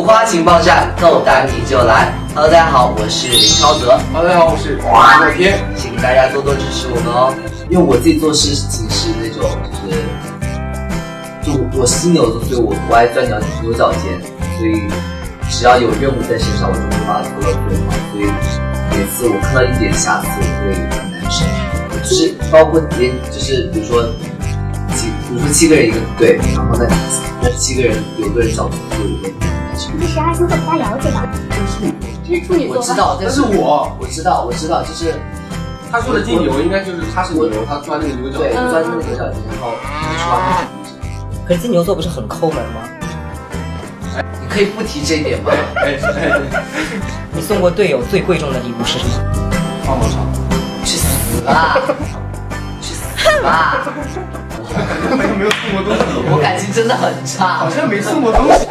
突发情报站，够胆你就来。Hello，大家好，我是林超泽，哈喽，大家好，我是王乐天。请大家多多支持我们哦。因为我自己做事情是那种，就是，就我我是金牛座，所以我不爱钻牛牛角尖，所以只要有任务在身上，我就会把它做到最好。所以每次我看到一点瑕疵，我会很难受。就是包括连就是比如说七，比如说七个人一个队，然后呢，那七个人有个人找不出有个人难受。其实阿星会不太了解吧？这嗯是处女我座知吧？道，但但是是我我，我知道，我知道，就是他说的金牛应该就是他是牛，他钻那个牛角。对，嗯钻出那个小节，然后出来。可是金牛座不是很抠门吗？你可以不提这一点吗？哎哎，你送过队友最贵重的礼物是什么？棒棒糖，去死吧！去死吧！好像没有送过东西，我感情真的很差好。像没送过东西。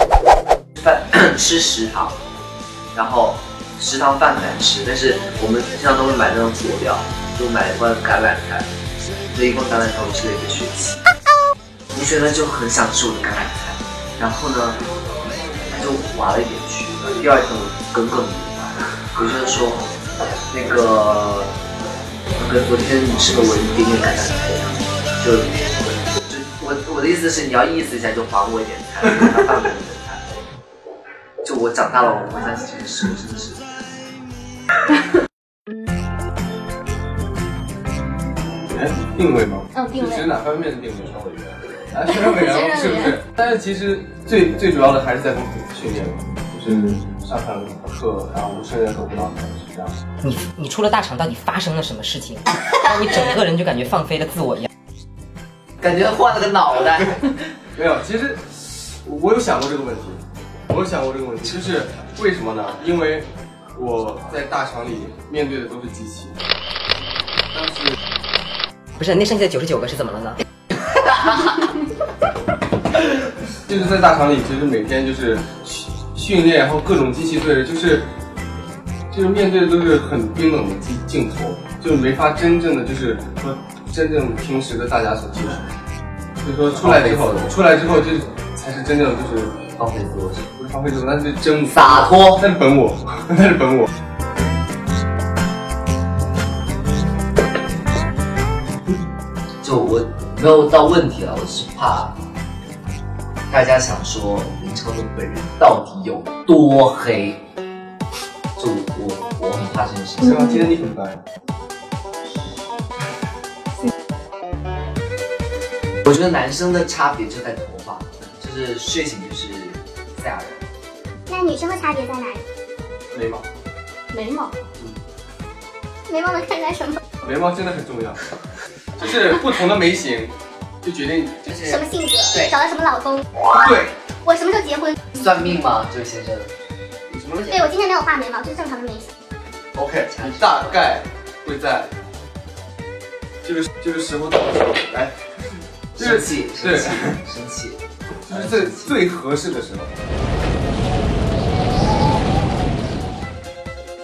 饭 吃食堂，然后食堂饭很难吃，但是我们经常都会买那种佐料，就买一罐橄榄菜，这一罐橄榄菜我吃了一个学期，同学呢就很想吃我的橄榄菜，然后呢他就挖了一点去，第二天我耿耿于怀，我就说那个那个昨天你吃的我一点点橄榄菜，就就我我的意思是你要意思一下就还我一点菜，他饭我一点菜。就我长大了，我不相信这件事，是不是？哎，定位吗？嗯，定是指位。哪方面的定位？校委员，啊，学生委员是不是？但是其实最最主要的还是在公司训练嘛，就是上上课，然后无声的和舞蹈是这样。你你出了大厂，到底发生了什么事情？让你整个人就感觉放飞了自我一样。感觉换了个脑 袋。没有，其实我有想过这个问题，我有想过这个问题，就是为什么呢？因为我在大厂里面对的都是机器，但是不是，那剩下的九十九个是怎么了呢？就是在大厂里，其实每天就是训训练，然后各种机器对着，就是就是面对的都是很冰冷的镜镜头，就是没法真正的就是和真正平时的大家所接触。所以说出来之后，出来之后这才是真正就是放飞自我，不是发挥自我，那是真我洒脱。那是本我， 那是本我。就我没有到问题了，我是怕大家想说林超的本人到底有多黑。就我我很怕这件事情。希望今天你很白。我觉得男生的差别就在头发，就是睡醒就是赛亚人。那女生的差别在哪里？眉毛，眉毛。嗯眉毛能看出来什么眉毛真的很重要，就是不同的眉形就决定就是什么性格对，找到什么老公，对我什么时候结婚？算命吗？这位先生，什么对我今天没有画眉毛，就是正常的眉形。 OK，你大概会在这个这个时候到来，就生是气，生对气，生气。就是最最合适的时候。啊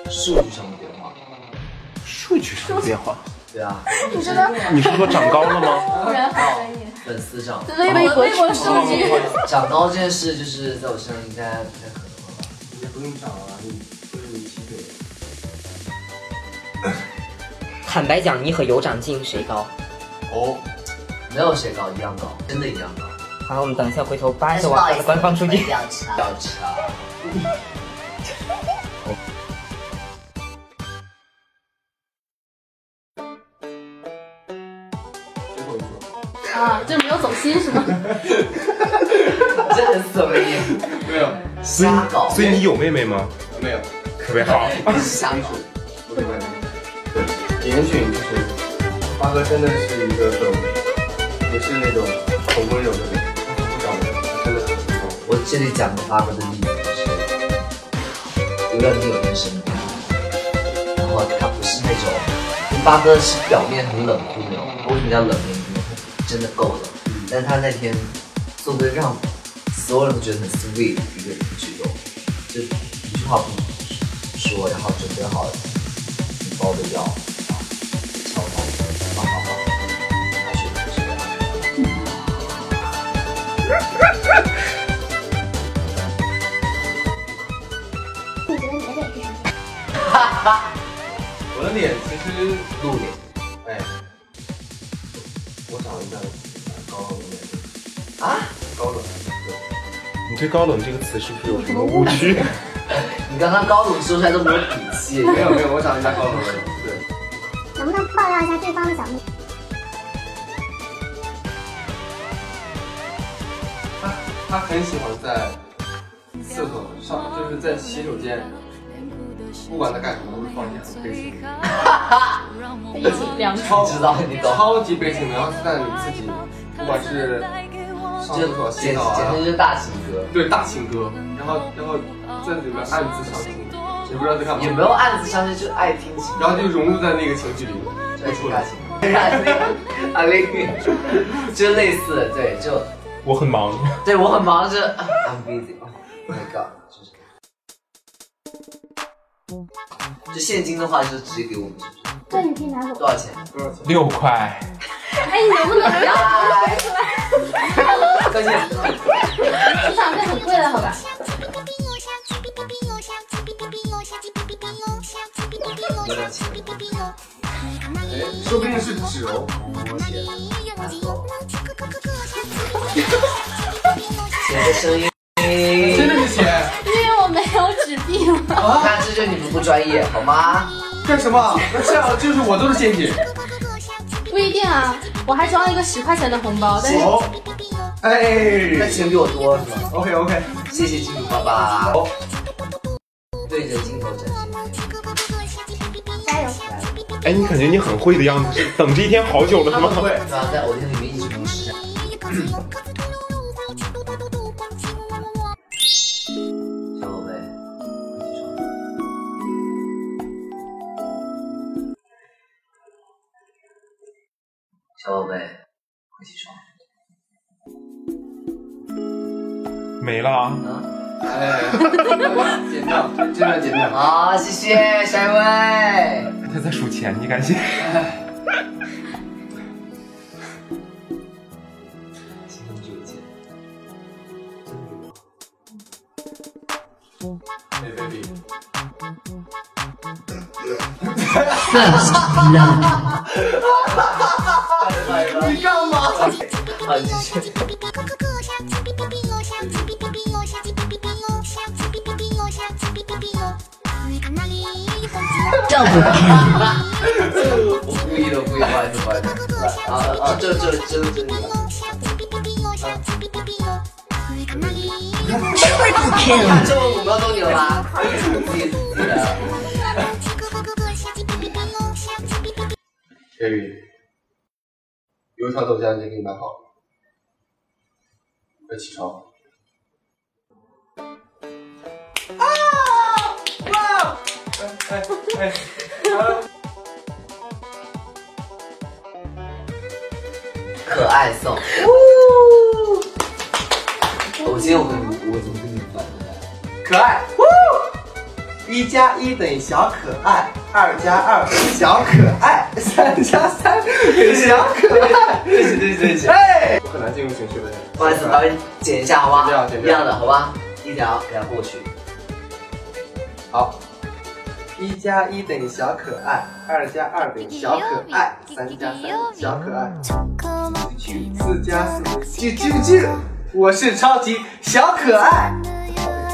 数据上的变化。数据上的变化。对啊，你知道你是说长高了吗？ 突然好文艺，粉丝上。微博哦微博数据，长高这件事，就是在我身上应该不太可能了吧？也不用长了，你就是你七岁。坦白讲，你和有长进谁高？哦，没有谁高，一样高，真的一样高。好，我们等一下回头扒但一是下不网好意上思的，官方数据不。要吃啊，不要吃啊。最后一个。啊，就没有走心是吗？这很损人，没有所以瞎搞，所以你有妹妹吗？没有，特别好。瞎搞。我对吧？严迅就是八哥，真的是一个很，也是那种很温柔的人，不长的人，真的很温柔。我这里讲的八哥的例子就是，流量女友跟身边，然后他不是那种，嗯因为八哥是表面很冷酷那种，他为什么叫冷面？因为他真的够冷，但是他那天做个让所有人都觉得很 sweet 的一个举动，就一句话不说，然后准备好很包的腰，然后敲到，叭叭叭，他说的是嗯我的脸其实露脸，哎，我长一个高冷的脸啊？高冷，你对高冷这个词是不是有什么误区？你刚刚高冷说出来都没有底气，对，没有没有，我长一个高冷的脸，对，能不能爆料一下对方的小秘密？他他很喜欢在厕所上，就是在洗手间，不管他干什么都会放两个背 心，一起量身超知道你懂超级悲情的，要是在你自己，不管是上厕所、哦就洗简澡简啊直，就是大情歌，对大情歌，然后然后在里面暗自伤心，也不知道在干嘛，也没有暗自伤心，就爱听情歌，然后就融入在那个情绪里，爱出听大来。情歌， 阿丽， 就类似，对，就我很忙，对我很忙，就啊 I'm busy，Oh my god，就是。就现金的话，就直接给我们，是不对，你可以拿是走。多少钱？多少钱？六块。哎，你能不能不要？关键市场价很贵的好吧？嗯多少钱？说不定是纸哦。谁的声音？真的是钱？因为我没有啊纸币了。那这就是你们不专业，好吗？干什么？那这样就是我都是陷阱。不一定啊，我还装了一个十块钱的红包，但是哦，那哎钱比我多是吗？ ，OK OK，谢谢金主爸爸。好，对着镜头展示。加油！哎，你感觉你很会的样子，等这一天好久了是他吗们？ 会。然后在偶像里面一直不是。小宝贝，我起床了。小宝贝，我起床了。没了啊。嗯哎，剪掉，真的剪掉。好，谢谢下一位。他在数钱，你赶紧。心中只有剑。哎，baby，你干嘛？好，继续。丈夫，我故意的，故意的，不好意思，不好意思。啊啊，这这这这你了。这么五秒钟你了吧？自己自己的。 baby，油条豆浆已经给你买好了，快起床。啊！哇！哎哎可爱送。我今天我跟你，我怎么跟你反过来？可爱。一加一等于小可爱，二加二小可爱，三加三等于小可爱。对不起对不起对不起，哎，我很难进入情绪了。不好意思，导演剪一下好吧？剪掉剪一掉样的好吧？一条给它过去。好，一加一等于小可爱，二加二等于小可爱，三加三小可爱，四加四啾啾啾，我是超级小可爱。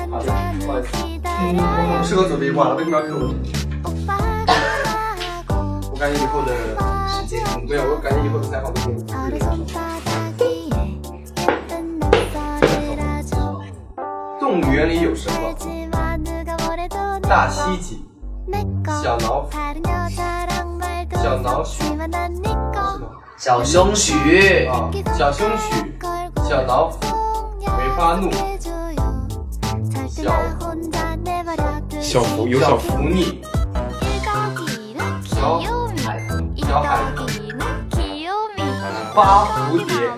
好的，不好意思，我们适合走这一挂了，为什么要给我？我感觉以后的时间，对啊，我感觉以后的采访都给你。动物园里有什么？大西脊、小挠小挠须小胸许，啊，小胸曲、小挠腹、梅花鹿、小福有小小福，福腻、小小海花蝴蝶、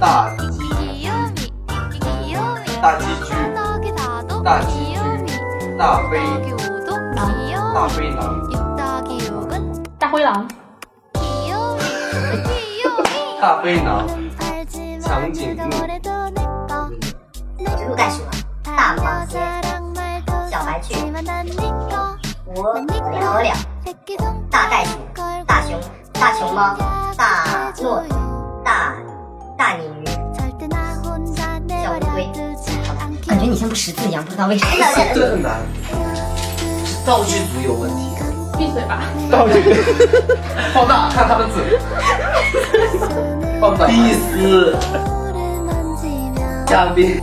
大大鸡驹、大鸡驹、大飞、大飞狼、大灰狼，大飞狼、长颈鹿、这鹿袋鼠、大黄蟹、小白无骡两，大袋鼠，大熊，大熊猫，大骆驼，大大鲤鱼，小乌龟。好吧，感觉你像个识字一样，不知道为啥。这很难，是造句组有问题。闭嘴吧！到 这个放大看他的字，放大第四，嘉宾，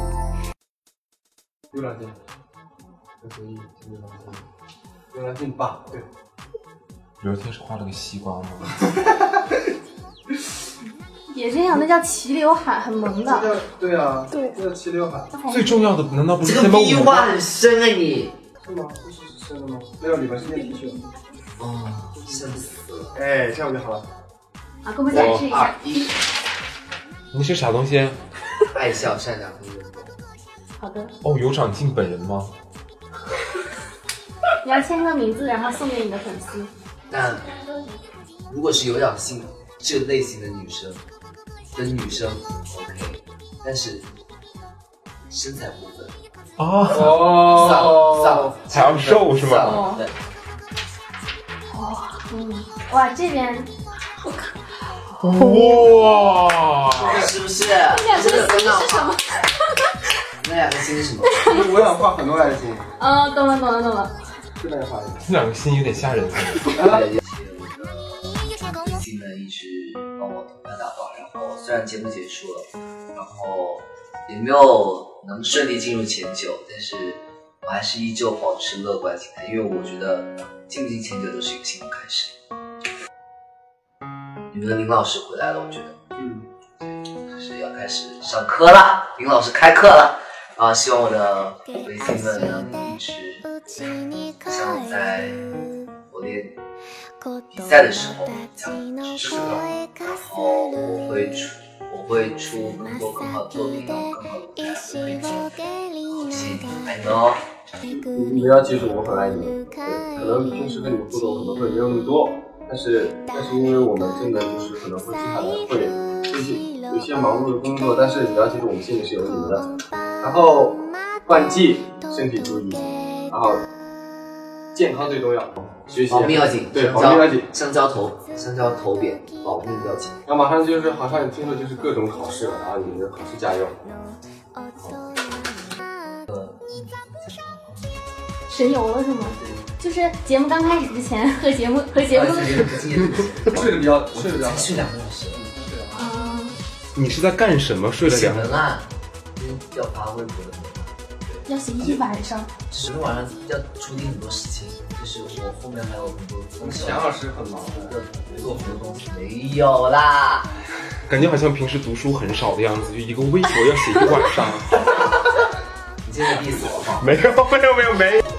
刘良进，刘德义，刘良进，刘良进爸，对，刘天是画了个西瓜吗？别这样，那叫齐刘海，很萌这的。叫对啊，对这叫齐刘海最重要的难道不是这他个们逼五话吗？很深啊你。是吗？这是是真的吗？没有，里边是面 T 恤。哦，笑死了。哎，这样就好了。啊，给我们展示一二下。一，你是啥东西？爱笑善良的幽默。好的，哦，有长进本人吗？你要签个名字，然后送给你的粉丝。但如果是有长性这类型的女生的女生，OK，但是身材部分，啊，骚哦，骚还要瘦是吗？骚对，嗯，哇，这边哇，是不是？这两这这个个很好是什 么？你们两个心是什么？我想画很多爱心，嗯，懂了懂了懂了。这边也画一个。这两个心有点吓人。新的一直帮我投票打榜，然后虽然节目结束了，然后也没有能顺利进入前九，但是我还是依旧保持乐观心态，因为我觉得进不进前九都是一个新的开始。你们的林老师回来了，我觉得，嗯，就是要开始上课了，林老师开课了。啊，希望我的微信们能一直像我在我练比赛的时候这样支持到我，然后我会出我会出更多更好的作品，然后更好的舞台，我会做好谢谢你们，爱你们哦，你们要记住，我很爱你们。对，可能平时跟你们互动可能会没有那么多，但是但是因为我们真的就是可能会经常来会，就是有些忙碌的工作，但是你要记住，我们心里是有你们的。然后换季，身体注意，然后健康最重要，学习保命要紧，对，保香命蕉哦要紧。香蕉头，香蕉头扁，保命要紧。然后马上就是好像你听说就是各种考试了，然后你们考试加油。神游了是吗？就是节目刚开始之前和节目和节目我今天不进睡得比较睡得比较才好。睡两个小时，啊， 你是在干什么？睡了写两文案，今天要发微博的。要写一晚上。只是晚上要处理很多事情，就是我后面还有很多东西钱要老师很忙的，做很多东西没有啦。感觉好像平时读书很少的样子，就一个微博要写一个晚上。 你现在 diss 我吗？没有，没有，没有，没有。